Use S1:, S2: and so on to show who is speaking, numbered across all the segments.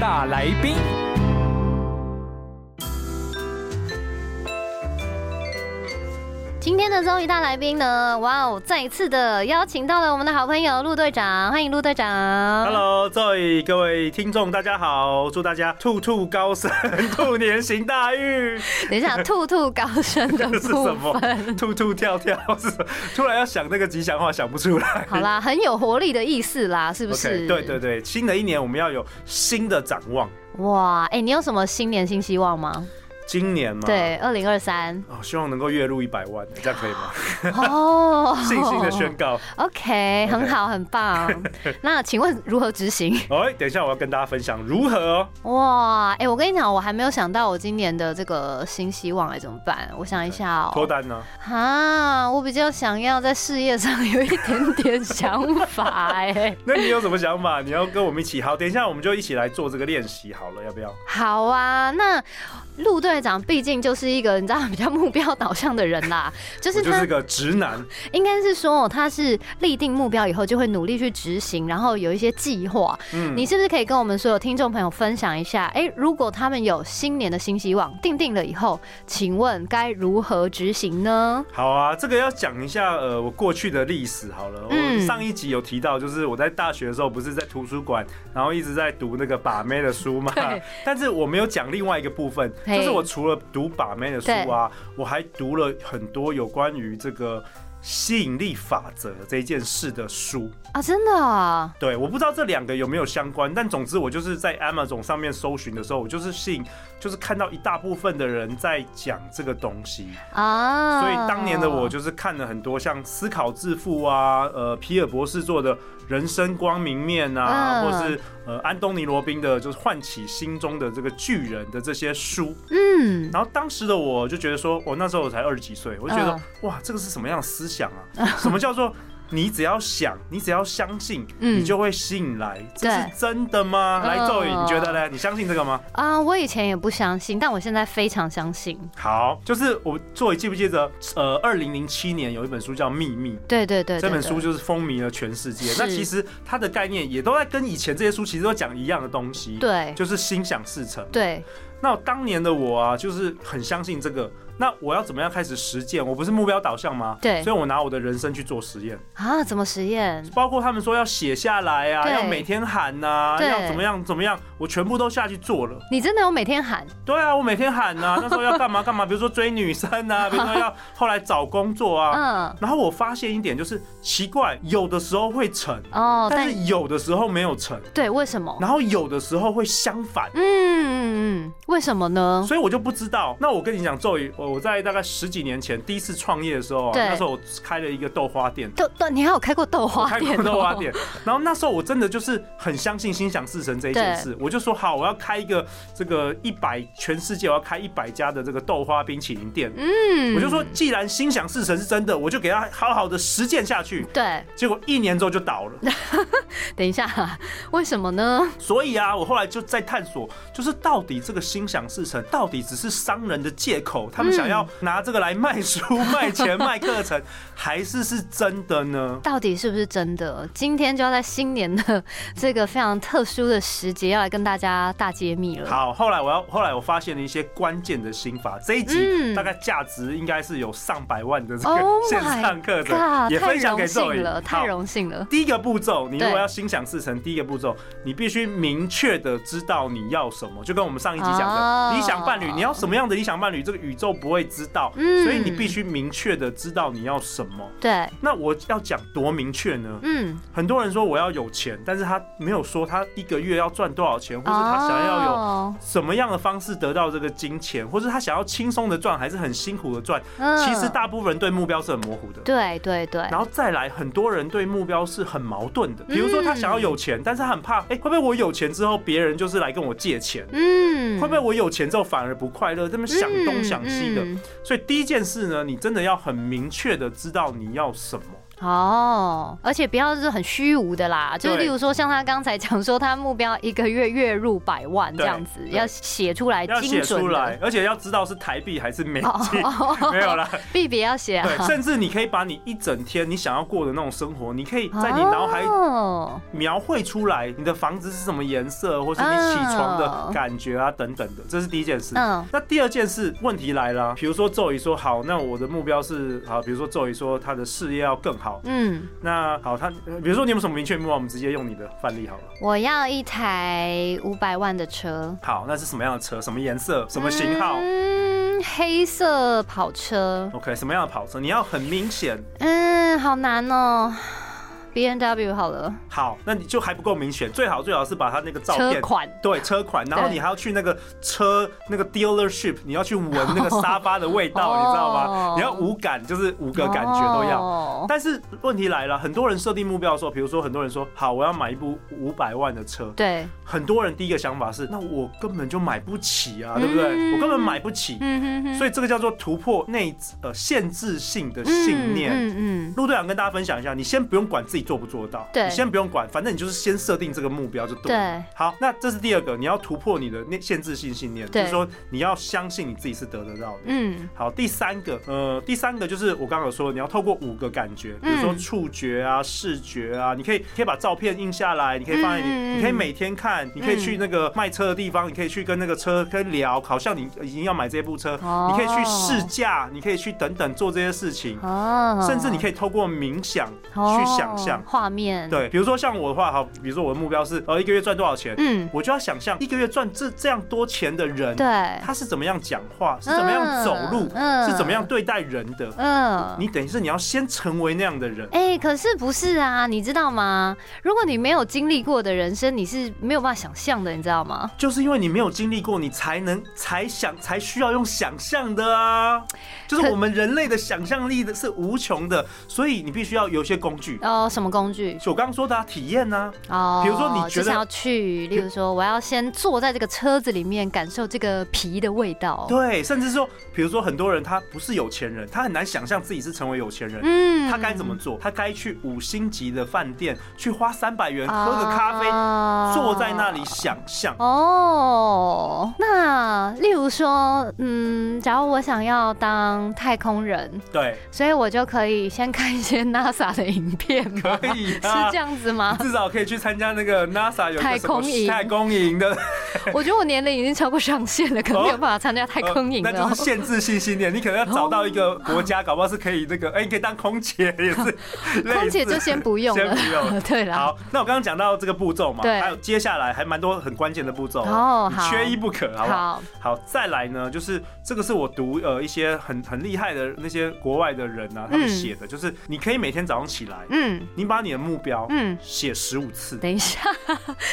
S1: 大来宾，
S2: 今天的 Zoe 大来宾呢，哇哦，再一次的邀请到了我们的好朋友陆队长，欢迎陆队长。
S3: Hello，这位各位听众，大家好，祝大家兔兔高升，兔年行 大运。
S2: 等一下，兔兔高升的
S3: 这是什
S2: 部
S3: 么
S2: 分。？
S3: 兔兔跳跳是什么？突然要想那个吉祥话，想不出来。
S2: 好啦，很有活力的意思啦，是不
S3: OK，
S2: 是？
S3: 对对对，新的一年我们要有新的展望。
S2: 哇，哎、你有什么新年新希望吗？
S3: 啊今年嘛，
S2: 对，二零二 三
S3: 哦，希望能够月入一百万，这样可以 吗？
S2: 哦，
S3: 信心的宣。告。
S2: OK，很好，很棒。 那请问如何执行？
S3: 哎，等一下我要跟大家分享如何哦。
S2: 哇，哎、我跟你讲，我还没有想到我今年的这个新希望，哎，怎么办？我想一下哦、
S3: 脱单呢？
S2: 啊，我比较想要在事业上 有一点点想法、哎，
S3: 那你有什么想法？你要跟我们一起？好，等一下我们就一起来做这个练习好了，要不要？
S2: 好啊，那陆队长毕竟就是一个你知道比较目标导向的人啦，就是
S3: 我就
S2: 他
S3: 是个直男，
S2: 应该是说哦他是立定目标以后就会努力去执行，然后有一些计划。
S3: 嗯
S2: 你是不是可以跟我们所有听众朋友分享一下？哎、如果他们有新年的新希望，定定了以后，请问该如何执行呢？
S3: 好啊，这个要讲一下，呃，我过去的历史好了。
S2: 嗯
S3: 我上一集有提到，就是我在大学的时候，不是在图书馆，然后一直在读那个把妹的书嘛
S2: 对。
S3: 但是我没有讲另外一个部分，
S2: 嘿
S3: 就是我除了读把妹的书啊，我还读了很多有关于这个吸引力法则这一件事的书。
S2: 啊，真的啊，
S3: 对，我不知道这两个有没有相关，但总之我就是在 Amazon 上面搜寻的时候，我就是信，就是看到一大部分的人在讲这个东西。
S2: 啊
S3: 所以当年的我就是看了很多像《思考致富》啊，呃，皮尔博士做的《人生光明面》
S2: 嗯
S3: 啊，或是呃安东尼罗宾的，就是唤起心中的这个巨人的这些书。
S2: 嗯，
S3: 然后当时的我就觉得说，我那时候我才二十几岁，我就觉
S2: 嗯
S3: 得、哇，这个是什么样的思想啊？什么叫做？你只要想，你只要相信，
S2: 嗯
S3: 你就会吸引来。这是
S2: 对
S3: 真的吗？来，
S2: 嗯
S3: 咒语，你觉得呢？你相信这个吗？
S2: 啊，我以前也不相信，但我现在非常相信。
S3: 好，就是我作为记不记得，呃，二零零七年有一本书叫《秘密》，
S2: 对对对
S3: 这本书
S2: 就
S3: 就是风靡了全世界。
S2: 是
S3: 那其实它的概念也都在跟以前这些书其实都讲一样的东西，，
S2: 对
S3: 就是心想事成。
S2: 对，
S3: 那当年的我啊，就是很相信这个。那我要怎么样开始实践？我不是目标导向吗？
S2: 对
S3: 所以我拿我的人生去做实验，
S2: 啊，怎么实验？
S3: 包括他们说要写下来啊，
S2: 对
S3: 要每天喊呐、
S2: 对
S3: 要怎么样怎么样，我全部都下去做了。
S2: 你真的有每天喊
S3: 对啊，我每天 喊呐、那时候要干嘛干嘛，比如说追女生啊，比如说要后来找工作啊。
S2: 嗯
S3: 然后我发现一点就是奇怪，有的时候会成，
S2: 哦，
S3: 但是有的时候没有成，
S2: 对，为什么？
S3: 然后有的时候会相反，
S2: 嗯嗯嗯，为什么呢？
S3: 所以我就不知道。那我跟你讲，咒语，我我在大概十几年前第一次创业的时候啊，
S2: 对
S3: 那时候我开了一个豆花店。
S2: 豆豆，你还有开过豆
S3: 我
S2: 花
S3: 开
S2: 店、哦
S3: 过豆花，店，然后那时候我真的就是很相信心想事成这一件事，我就说好，我要开一个这个一百全世界我要开一百家的这个豆花冰淇淋店。
S2: 嗯
S3: 我就说，既然心想事成是真的，我就给它好好的实践下去。
S2: 对，
S3: 结果一年之后就倒了。
S2: 等一下， 为什么呢？
S3: 所以啊，我后来就在探索，就是到底这个心想事成，到底只是商人的借口，他们想要
S2: 嗯
S3: 拿这个来卖书、卖钱、卖 课程，还是是真的呢？
S2: 到底是不是真的？今天就要在新年的这个非常特殊的时节，要来跟大家大揭秘了。
S3: 好，后来我要，后来我发现了一些关键的心法。这一
S2: 嗯
S3: 集大概价值应该是有上百万的这个
S2: Oh my
S3: 线上课程
S2: God，
S3: 也
S2: 太
S3: 分享给
S2: 荣
S3: 各位
S2: 幸了，。太
S3: 好
S2: 荣幸了。
S3: 第一个步骤，你如
S2: 对
S3: 果要心想事成，第一个步骤，你必须明确的知道你要什么，就跟我我们上一集讲
S2: 哦
S3: 的理想伴侣，你要什么样的理想伴侣，这个宇宙不会知道，
S2: 嗯
S3: 所以你必须明确的知道你要什么。
S2: 对，
S3: 那我要讲多明确呢？
S2: 嗯，
S3: 很多人说我要有钱，但是他没有说他一个月要赚多少钱，或是他
S2: 哦
S3: 想要有
S2: 有，
S3: 什么样的方式得到这个金钱，或是他想要轻松的赚，还是很辛苦的赚。
S2: 嗯
S3: 其实大部分人对目标是很模糊的。
S2: 对对对，
S3: 然后再来，很多人对目标是很矛盾
S2: 嗯
S3: 的。比如说，他想要有钱，但是他很怕，哎，会不会我有钱之后，别人就是来跟我借钱？
S2: 嗯，
S3: 会不会我有钱之后反而不快乐？这么想东想西的。
S2: 嗯
S3: 所以第一件事呢，你真的要很明确的知道你要什么。
S2: 嗯哦，而且不要是很虚无的啦，就是
S3: 对
S2: 例如说像他刚才讲说，他目标一个月月入百万这样子，
S3: 对
S2: 要写出来
S3: 要
S2: 哎精
S3: 写
S2: 准
S3: 出来
S2: 的，，哦
S3: 而且要知道是台币还是美 金， 没有啦。
S2: 必别要写啊
S3: 对，，甚至你可以把你一整天你想要过的那种生活，你可以在
S2: 啊
S3: 你脑海
S2: 哦
S3: 描绘出来，你的房子是什么颜色，或是你起床的感觉啊，等等的，这是第一件事。
S2: 嗯
S3: 那第二件事，问题来了啊，比如说咒语说好，那我的目标是好，比如说咒语说他的事业要更好，
S2: 嗯，
S3: 那好，他呃比如说你有没有什么明确目标，我们直接用你的范例好了。
S2: 我要一台五百万的车，
S3: 好，那是什么样的车，什么颜色，什么型号、
S2: 嗯，黑色跑车，
S3: o k 什么样的跑车，你要很明显。
S2: 嗯，好难哦，B N W 好了，
S3: 好，那你就还不够明显，最好最好是把他那个照
S2: 车
S3: 片
S2: 款。
S3: 对车款，然后
S2: 对
S3: 你还要去那个车那个 dealership，你要去闻那 个沙发的味道，你知道
S2: 哦
S3: 吗？你要五感，就是五个感觉都要。
S2: 哦
S3: 但是问题来了，很多人设定目标的时候，比如说很多人说好，我要买一部五百万的车，
S2: 对，
S3: 很多人第一个想法是，那我根本就买不起啊，对不对？
S2: 嗯
S3: 我根本买不起，
S2: 嗯哼哼
S3: 所以这个叫做突破内呃限制性的信念。
S2: 嗯嗯
S3: 陆队长跟大家分享一下，你先不用管自己做不做到，
S2: 对
S3: 你先不用管，反正你就是先设定这个目标就
S2: 嗯
S3: 对了。
S2: 对
S3: 好，那这是第二个，你要突破你的那限制性信念，就
S2: 对
S3: 是说你要相信你自己是得得到的。
S2: 嗯
S3: 好，第三个，呃，第三个就是我刚刚有说，你要透过五个感觉，比如说
S2: 嗯
S3: 触觉啊、视觉啊，你可以可以把照片印下来，你可以放在你，
S2: 嗯嗯嗯
S3: 你可以每天看，你可以去那个卖车的地方，你可以去跟那个车跟聊，好像你已经要买这部车，
S2: 哦
S3: 你可以去试驾，你可以去等等做这些事情
S2: 嗯，。哦
S3: 甚至你可以透过冥想去想象
S2: 哦，画面，，
S3: 对，比如说像我的话，好，比如说我的目标是呃一个月赚多少钱，
S2: 嗯
S3: 我就要想象一个月赚这这样多钱的人，
S2: 对，
S3: 他是怎么样讲话，是怎么样走路，
S2: 嗯
S3: 是怎么样对待人的。
S2: 嗯。
S3: 你等于是你要先成为那样的人。
S2: 哎、可是不是啊？你知道吗？如果你没有经历过的人生，你是没有办法想象的，你知道吗？
S3: 就是因为你没有经历过，你才能才想才需要用想象的啊！就是
S2: 可
S3: 我们人类的想象力的是无穷的，所以你必须要有一些工具。
S2: 哦，什么工具？
S3: 就我刚刚说的、啊、体验呢、
S2: 哦，
S3: 比如说你觉
S2: 就
S3: 得
S2: 想要去，例如说，我要先坐在这个车子里面，感受这个皮的味道。，
S3: 对，甚至说，比如说很多人他不是有钱人，他很难想象自己是成为有钱人，
S2: 嗯
S3: 他该怎么做？他该去五星级的饭店去花三百元
S2: 啊
S3: 喝个咖啡，
S2: 啡
S3: 坐在那里想象。
S2: 啊哦，那例如说，嗯，假如我想要当太空人，
S3: 对，
S2: 所以我就可以先看一些 NASA 的影片吗？
S3: 可以啊
S2: 哦 是这。样子吗
S3: ？至少可以去参加那个 NASA 有一个
S2: 太
S3: 什么
S2: 空营
S3: 太空营的
S2: 我觉得我年龄已经超过上限了，可能没有办法参加 太空营啊
S3: 呃
S2: 了
S3: 那。就是限制性信念。你可能要找到一个国家，搞不好是可以那个，哎，你可以当空姐也是类似。
S2: 空姐就先不用了
S3: 先不 用了。
S2: 对啦，
S3: 好，那我刚刚讲到这个步骤嘛，
S2: 对
S3: 还有接下来还蛮多很关键的步骤
S2: 哦
S3: 你
S2: 好
S3: 缺一不可，好不好？
S2: 好，
S3: 好，再来呢，就是这个是我读呃一些很很厉害的那些国外的人啊，他们
S2: 嗯
S3: 写的，就是你可以每天早上起来，
S2: 嗯
S3: 你把你的目标
S2: 嗯，
S3: 写十五次，
S2: 等一下，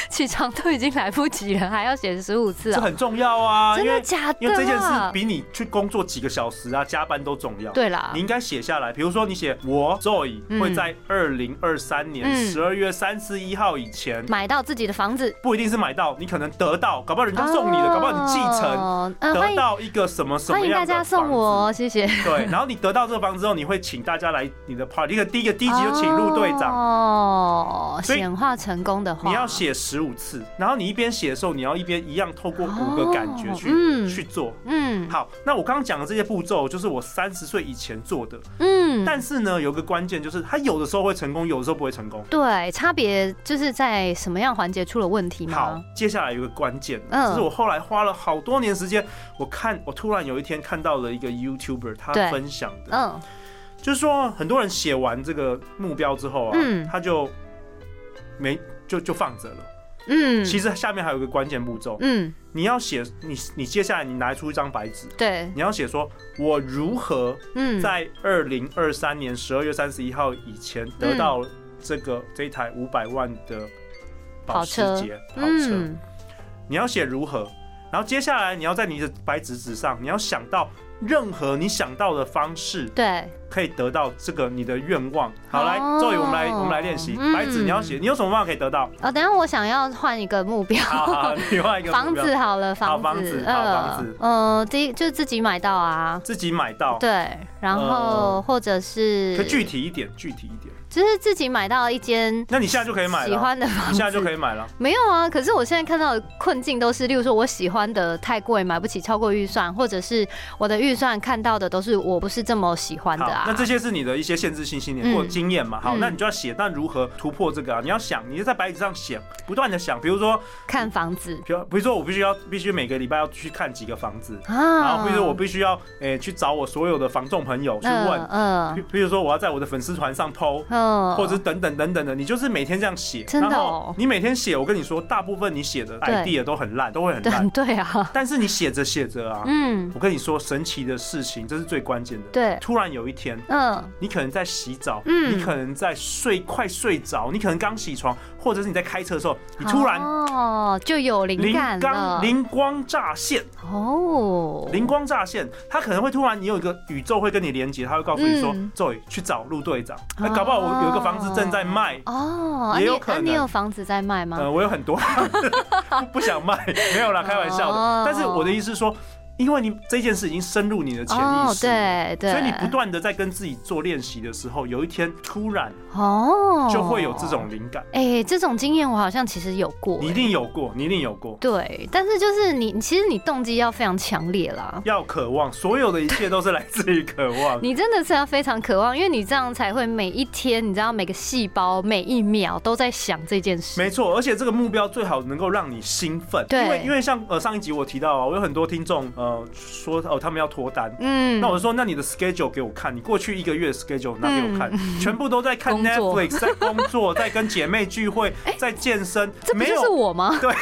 S2: 起床都已经来不及了，还要写十五次
S3: 这
S2: 啊？
S3: 很重要啊，
S2: 真
S3: 因
S2: 的
S3: 为
S2: 假的？
S3: 因为这件事比你去工作几个小时啊加班都重要。。
S2: 对啦
S3: 你，应该写下来，比如说你写我 Zoe
S2: 嗯
S3: 会在二零二三年
S2: 嗯
S3: 十二月三十一号以前，
S2: 买到自己的房子，
S3: 不一定是买到，你可能得到，搞不好人家送你的，搞不好你继承，
S2: 哦，嗯，哦欢
S3: 得
S2: 迎
S3: 到一个什么什么
S2: 欢迎
S3: 样
S2: 大
S3: 的
S2: 家送
S3: 房子
S2: 我哦，谢谢。
S3: 对，然后你得到这个房之后，你会请大家来你的 party。一个第一个第一集就请陆队长，
S2: 哦，
S3: 所以
S2: 显化成功的话，
S3: 你要写十五次，然后你一边写的时候，你要一边一样透过五个感觉
S2: 哦
S3: 去、
S2: 嗯
S3: 去做。
S2: 嗯
S3: 好，那我刚刚讲的这些步骤，就是我三十岁以前做的。
S2: 嗯，
S3: 但是呢，有个关键就是，它有的时候会成功，有的时候不会成功。
S2: 对，差别就是在什么样环节出了问题
S3: 好
S2: 吗？，
S3: 接下来有个关键，
S2: 嗯
S3: 这是我后来花了好多年时间，我看我突然有一天看到了一个 YouTuber 他
S2: 对
S3: 分享的，
S2: 嗯，
S3: 就是说，很多人写完这个目标之后啊，
S2: 嗯
S3: 他就没就就放着了。
S2: 嗯
S3: 其实下面还有一个关键步骤，
S2: 嗯，
S3: 你要写你你接下来你拿出一张白纸，
S2: 对，
S3: 你要写说我如何
S2: 嗯，
S3: 在二零二三年十二月三十一号以前得到这个这一台五百万的保时捷跑车，
S2: 嗯，
S3: 你要写如何，然后接下来你要在你的白纸纸上，你要想到任何你想到的方式
S2: 对，
S3: 可以得到这个你的愿望。好，来，
S2: 哦
S3: 作为我们来我们来练习
S2: 嗯
S3: 白纸，你 要写你有什么办法可以得到？
S2: 哦，等一下我想要换一个目标。
S3: 好好，好另外一个目
S2: 房
S3: 标
S2: 子好了，
S3: 好
S2: 房
S3: 房子好
S2: 呃
S3: 房子
S2: 呃，第一就自己买到啊，
S3: 自己买到，
S2: 对，然后
S3: 呃
S2: 或者是
S3: 可具体一点，具体一点。
S2: 就是自己买到一间
S3: 那你现在就可以买
S2: 喜
S3: 了，
S2: 欢的房
S3: 你
S2: 子
S3: 现在就可以买了。
S2: 没有啊，可是我现在看到的困境都是，例如说我喜欢的太贵，买不起，超过预算，或者是我的预算看到的都是我不是这么喜欢的
S3: 好
S2: 啊。，
S3: 那这些是你的一些限制性信
S2: 嗯
S3: 念或经验嘛？好，
S2: 嗯
S3: 那你就要写，那如何突破这个啊？你要想，你就在白纸上写，不断的想，比如说，
S2: 看房子
S3: 比如比如说我必须要必须每个礼拜要去看几个房子，然
S2: 啊
S3: 后比如说我必须要诶、去找我所有的房仲朋友去问，
S2: 嗯
S3: 比比如说我要在我的粉丝团上 PO。
S2: 嗯
S3: 或者是等等等等的，你就是每天这样写，
S2: 真的哦
S3: 然后你每天写，我跟你说，大部分你写的
S2: 对
S3: idea 都很烂，都会很烂
S2: 对，对啊，
S3: 但是你写着写着啊，
S2: 嗯，
S3: 我跟你说，神奇的事情，这是最关键的。
S2: 对，
S3: 突然有一天，
S2: 嗯，
S3: 你可能在洗澡，
S2: 嗯
S3: 你可能在睡，快睡着，你可能刚起床，或者是你在开车的时候，你突然
S2: 哦就有灵感
S3: 光
S2: 了嗯
S3: 灵光乍现，
S2: 哦，
S3: 灵光乍现，它可能会突然你有一个宇宙会跟你连接，它会告诉你说
S2: 嗯
S3: ，Joy 去找陆队长，那搞不好我有一个房子正在卖。
S2: 哦，啊
S3: 也
S2: 你
S3: 有可
S2: 啊
S3: 能
S2: 你有房子在卖吗？哦
S3: 呃，我有 很多不想卖，没有啦，开玩笑
S2: 哦
S3: 的。但是我的意思是说，因为你这件事已经深入你的潜意
S2: 哦，
S3: 识，
S2: 对对，
S3: 所以你不断的在跟自己做练习的时候，有一天突然
S2: 哦
S3: 就会有这种灵感。
S2: 哎、这种经验我好像其实有过、
S3: 你一
S2: 哎
S3: 定有过，你一定有过。
S2: 对，但是就是你，其实你动机要非常强烈啦。
S3: 要渴望，所有的一切都是来自于渴望。
S2: 你真的是要非常渴望，因为你这样才会每一天，你知道每个细胞每一秒都在想这件事。
S3: 没错，而且这个目标最好能够让你兴奋，
S2: 对
S3: 因为因为像呃上一集我提到啊，我有很多听众呃说哦他们要脱单，
S2: 嗯
S3: 那我就说那你的 schedule 给我看，你过去一个月的 schedule 拿给我看，全部都在看
S2: 嗯工作哎
S3: Netflix，在工作，在跟姐妹聚会，在健身，
S2: 这不
S3: 没
S2: 就是
S3: 有
S2: 我吗？
S3: 对，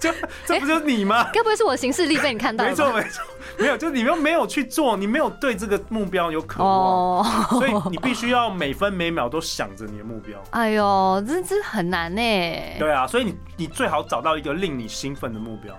S3: 就这不就是你吗？
S2: 该不会是我行事历被你看到了
S3: 没
S2: 吧？
S3: 错没错，没有，就是你又没有去做，你没有对这个目标有渴望，
S2: 哦，
S3: 所以你必须要每分每秒都想着你的目标。
S2: 哎呦，这这很难呢。
S3: 对啊，所以你你最好找到一个令你兴奋的目标。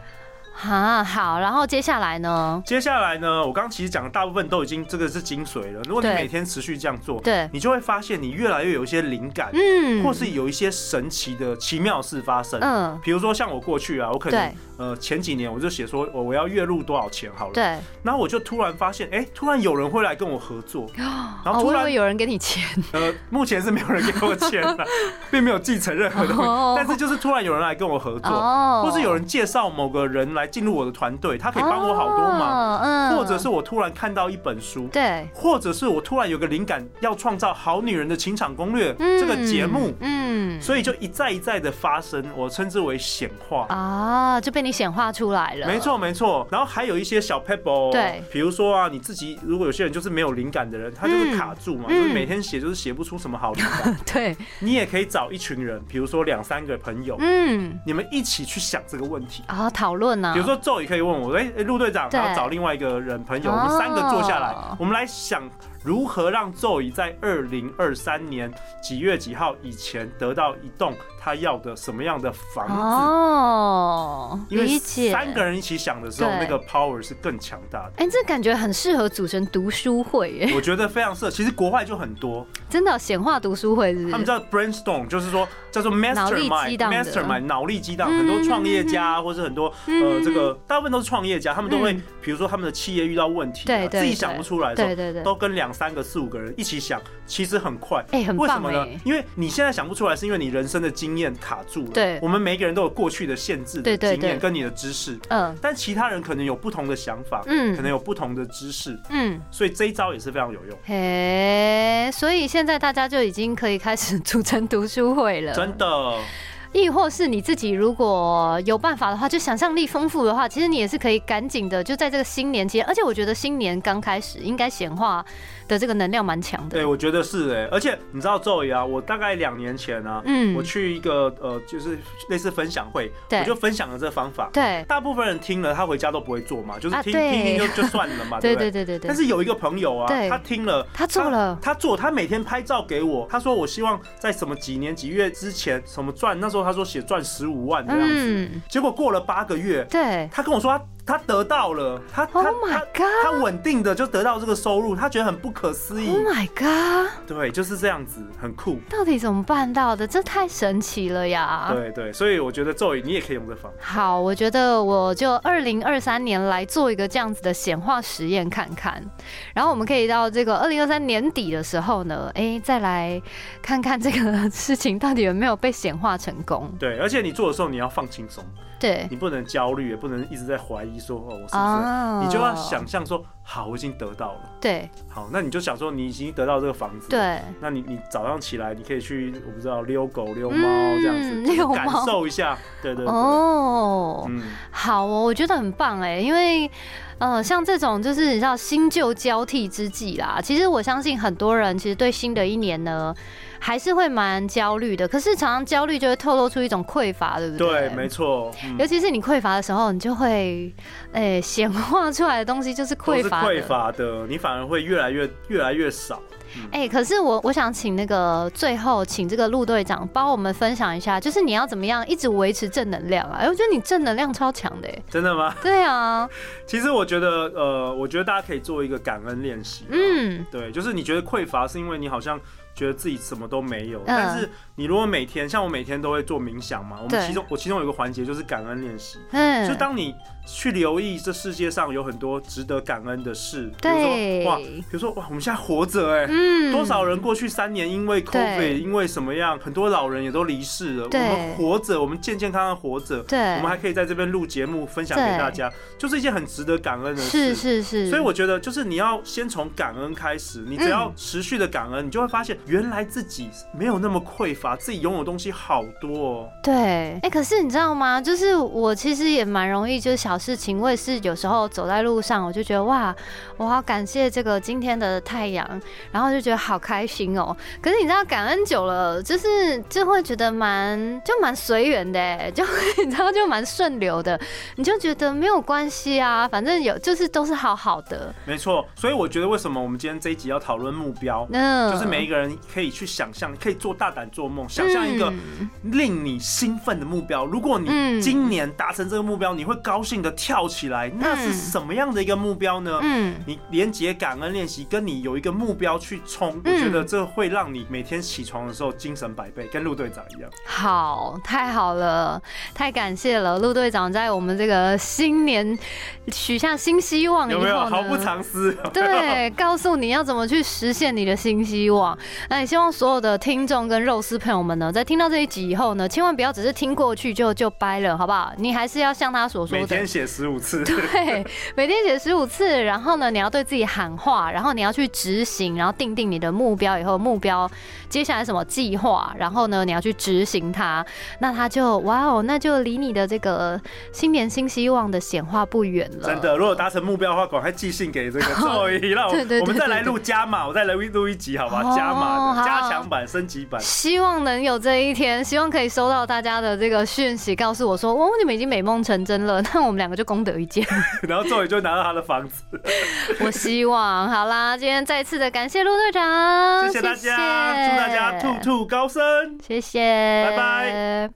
S2: 哈，好，然后接下来呢？
S3: 接下来呢，我刚刚其实讲的大部分都已经这个是精髓了。如果你
S2: 对
S3: 每天持续这样做，
S2: 对
S3: 你就会发现你越来越有一些灵感，
S2: 嗯，
S3: 或是有一些神奇的奇妙的事发生。
S2: 嗯，
S3: 比如说像我过去啊，我可能
S2: 对
S3: 呃前几年我就写说我我要月入多少钱好了，
S2: 对，
S3: 然后我就突然发现，哎、突然有人会来跟我合作，然
S2: 哦，
S3: 后突
S2: 我以
S3: 然
S2: 为有人给你钱，
S3: 呃，目前是没有人给我钱 的，并没有继承任何东西
S2: 哦，
S3: 但是就是突然有人来跟我合作，
S2: 哦，
S3: 或是有人介绍某个人来进入我的团队，他可以帮我好多忙，
S2: 哦，嗯
S3: 或者是我突然看到一本书。
S2: 对，
S3: 或者是我突然有个灵感，要创造《好女人的情场攻略》这个节目，
S2: 嗯，
S3: 所以就一再一再的发生，我称之为显化。
S2: 啊，就被你显化出来了。
S3: 没，错没错，然后还有一些小 pebble，
S2: 对
S3: 比如说啊，你自己如果有些人就是没有灵感的人，他就是卡住嘛，
S2: 嗯
S3: 就是每天写就是写不出什么好灵感，
S2: 对，
S3: 你也可以找一群人，比如说两三个朋友，
S2: 嗯，
S3: 你们一起去想这个问题。
S2: 啊，讨论啊，
S3: 比如说，咒也可以问我，哎、哎陆队长，
S2: 对
S3: 然后找另外一个人朋
S2: 哦
S3: 友，我们三个坐下来，我们来想如何让咒语在二零二三年几月几号以前得到一栋他要的什么样的房子。
S2: 哦，
S3: 因为
S2: 理解。
S3: 三个人一起想的时候，
S2: 对
S3: 那个 power 是更强大的。
S2: 哎、这感觉很适合组成读书会耶！
S3: 我觉得非常适合。其实国外就很多，
S2: 真的显化读书会是不是？
S3: 他们叫 brainstorm，就是说叫做
S2: 嗯脑力激荡的
S3: mastermind，mastermind 脑力激荡，
S2: 嗯
S3: 很多创业家或是很多呃
S2: 嗯
S3: 这个大部分都是创业家，他们都会
S2: 嗯
S3: 比如说他们的企业遇到问题
S2: 对
S3: 啊，
S2: 对
S3: 自己想不出来的
S2: 对
S3: 时
S2: 对对
S3: 候，，都跟两三个、四五个人一起想，其实很快。
S2: 哎、很
S3: 为什
S2: 棒
S3: 么
S2: 哎、
S3: 呢？因为你现在想不出来，是因为你人生的经验卡住了。
S2: 对
S3: 我们每一个人都有过去的限制
S2: 对
S3: 的
S2: 对
S3: 经验
S2: 对
S3: 跟你的知识，
S2: 嗯
S3: 但其他人可能有不同的想法，
S2: 嗯
S3: 可能有不同的知识，
S2: 嗯，
S3: 所以这一招也是非常有用。
S2: 嘿，所以现在大家就已经可以开始组成读书会了。
S3: 真的，
S2: 亦或是你自己如果有办法的话，就想象力丰富的话，其实你也是可以赶紧的，就在这个新年期间，而且我觉得新年刚开始，应该显化的这个能量蛮强的。
S3: 对，我觉得是哎、而且你知道咒语啊，我大概两年前啊，
S2: 嗯
S3: 我去一个呃，就是类似分享会，
S2: 对
S3: 我就分享了这个方法。
S2: 对
S3: 大部分人听了，他回家都不会做嘛，就是
S2: 啊
S3: 听、
S2: 对
S3: 听听就就算了 嘛，
S2: 对
S3: 不
S2: 对对对对
S3: 但，是有一个朋友啊
S2: 对，
S3: 他听了，
S2: 他做了
S3: 他，他做，他每天拍照给我，他说我希望在什么几年几月之前什么赚，那时候他说写赚十五万这样子，
S2: 嗯，
S3: 结果过了八个月，
S2: 对
S3: 他跟我说他他得到了，他他、
S2: ，Oh my
S3: 他
S2: God，Oh
S3: 他稳定的就得到这个收入，他觉得很不可思议，
S2: Oh my God，
S3: 对，就是这样子，很酷。
S2: 到底怎么办到的？这太神奇了呀！
S3: 对对，所以我觉得咒语你也可以用这方法。
S2: 好，我觉得我就二零二三年来做一个这样子的显化实验看看，然后我们可以到这个二零二三年底的时候呢，哎，再来看看这个事情到底有没有被显化成功。
S3: 对，而且你做的时候你要放轻松，
S2: 对，
S3: 你不能焦虑，也不能一直在怀疑说哦，我是不是？
S2: 啊
S3: 你就要想象说，好，我已经得到了。
S2: 对
S3: 好，那你就想说，你已经得到这个房子。。
S2: 对，
S3: 那你你早上起来，你可以去我不知道遛狗、遛猫
S2: 嗯
S3: 这样子，
S2: 遛猫
S3: 感受一下。对对对。
S2: 哦，
S3: 嗯，
S2: 好哦，我觉得很棒哎，因为。呃，像这种就是你知道新旧交替之际啦，其实我相信很多人其实对新的一年呢，还是会蛮焦虑的。可是常常焦虑就会透露出一种匮乏，对不对？
S3: 对，没错。嗯
S2: 尤其是你匮乏的时候，你就会，诶、显化出来的东西就是
S3: 都
S2: 匮
S3: 是
S2: 乏
S3: 匮
S2: 的。
S3: 乏的，你反而会越来越越来越少。
S2: 哎、可是我我想请那个最后请这个陆队长帮我们分享一下，就是你要怎么样一直维持正能量啊？哎、我觉得你正能量超强的、哎
S3: 真的吗？
S2: 对啊，
S3: 其实我觉得，呃，我觉得大家可以做一个感恩练习。嗯。
S2: 嗯，
S3: 对，就是你觉得匮乏，是因为你好像觉得自己什么都没有。
S2: 嗯
S3: 但是你如果每天，像我每天都会做冥想嘛，我
S2: 对
S3: 们其中我其中有一个环节就是感恩练习。
S2: 嗯，
S3: 就当你去留意这世界上有很多值得感恩的事，比如
S2: 对
S3: 说哇，比如说哇，我们现在活着哎、
S2: 嗯
S3: 多少人过去三年因为 COVID，
S2: 对
S3: 因为什么样，很多老人也都离世了。我
S2: 对
S3: 们活着，我们健健康康活着，
S2: 对，
S3: 我们还可以在这边录节目分享给
S2: 对
S3: 大家，就是一件很值得感恩的事。
S2: 是是是，
S3: 所以我觉得，就是你要先从感恩开始，你只
S2: 嗯
S3: 要持续的感恩，你就会发现，原来自己没有那么匮乏，自己拥有东西好多、哦。
S2: 对，哎、可是你知道吗？就是我其实也蛮容易，就是小事情，我也是有时候走在路上，我就觉得哇，我好感谢这个今天的太阳，然后就觉得好开心哦、可是你知道，感恩久了，就是就会觉得蛮就蛮随缘的、哎就你知道就蛮顺流的，你就觉得没有关系啊，反正有就是都是好好的，
S3: 没错，所以我觉得为什么我们今天这一集要讨论目标，
S2: 嗯，
S3: 就是每一个人可以去想象，可以做大胆做梦，想象一个
S2: 嗯
S3: 令你兴奋的目标。如果你
S2: 嗯
S3: 今年达成这个目标，你会高兴的跳起来，那是什么样的一个目标呢？
S2: 嗯
S3: 你连接感恩练习，跟你有一个目标去冲，
S2: 嗯
S3: 我觉得这会让你每天起床的时候精神百倍，跟陆队长一样。
S2: 好，太好了，太感谢了，陆队长在我们这个新年许下新希望哦以
S3: 有
S2: 后
S3: 没有
S2: 呢，
S3: 毫不藏私？有没有，
S2: 对，告诉你要怎么去实现你的新希望。那也希望所有的听众跟肉丝朋友们呢，在听到这一集以后呢，千万不要只是听过去就就掰了，好不好？你还是要像他所说
S3: 每
S2: 的
S3: 天，写十五次。
S2: 对， 每天写十五次，然后呢，你要对自己喊话，然后你要去执行，然后定定你的目标以后，目标接下来什么计划，然后呢，你要去执行它，那它就哇哦，那就离你的这个新年新希望的显化不远了。
S3: 真，的，如果达成目标的话，赶快寄信给这个赵 怡，让我
S2: 对对对
S3: 我们再来
S2: 对
S3: 录加码，我再来录一集，好吧？
S2: 哦
S3: 加码
S2: 好
S3: 的加强版、升级 版。
S2: 希望能有这一天，希望可以收到大家的这个讯息，告诉我说，哦，你们已经美梦成真了， 那我们两个就功德一 件。
S3: 然后赵宇就拿到他的房子，
S2: 我希望，好啦，今天再次的感谢陆队长，
S3: 谢谢大家，祝大家兔兔高升。
S2: 谢谢，
S3: 拜拜。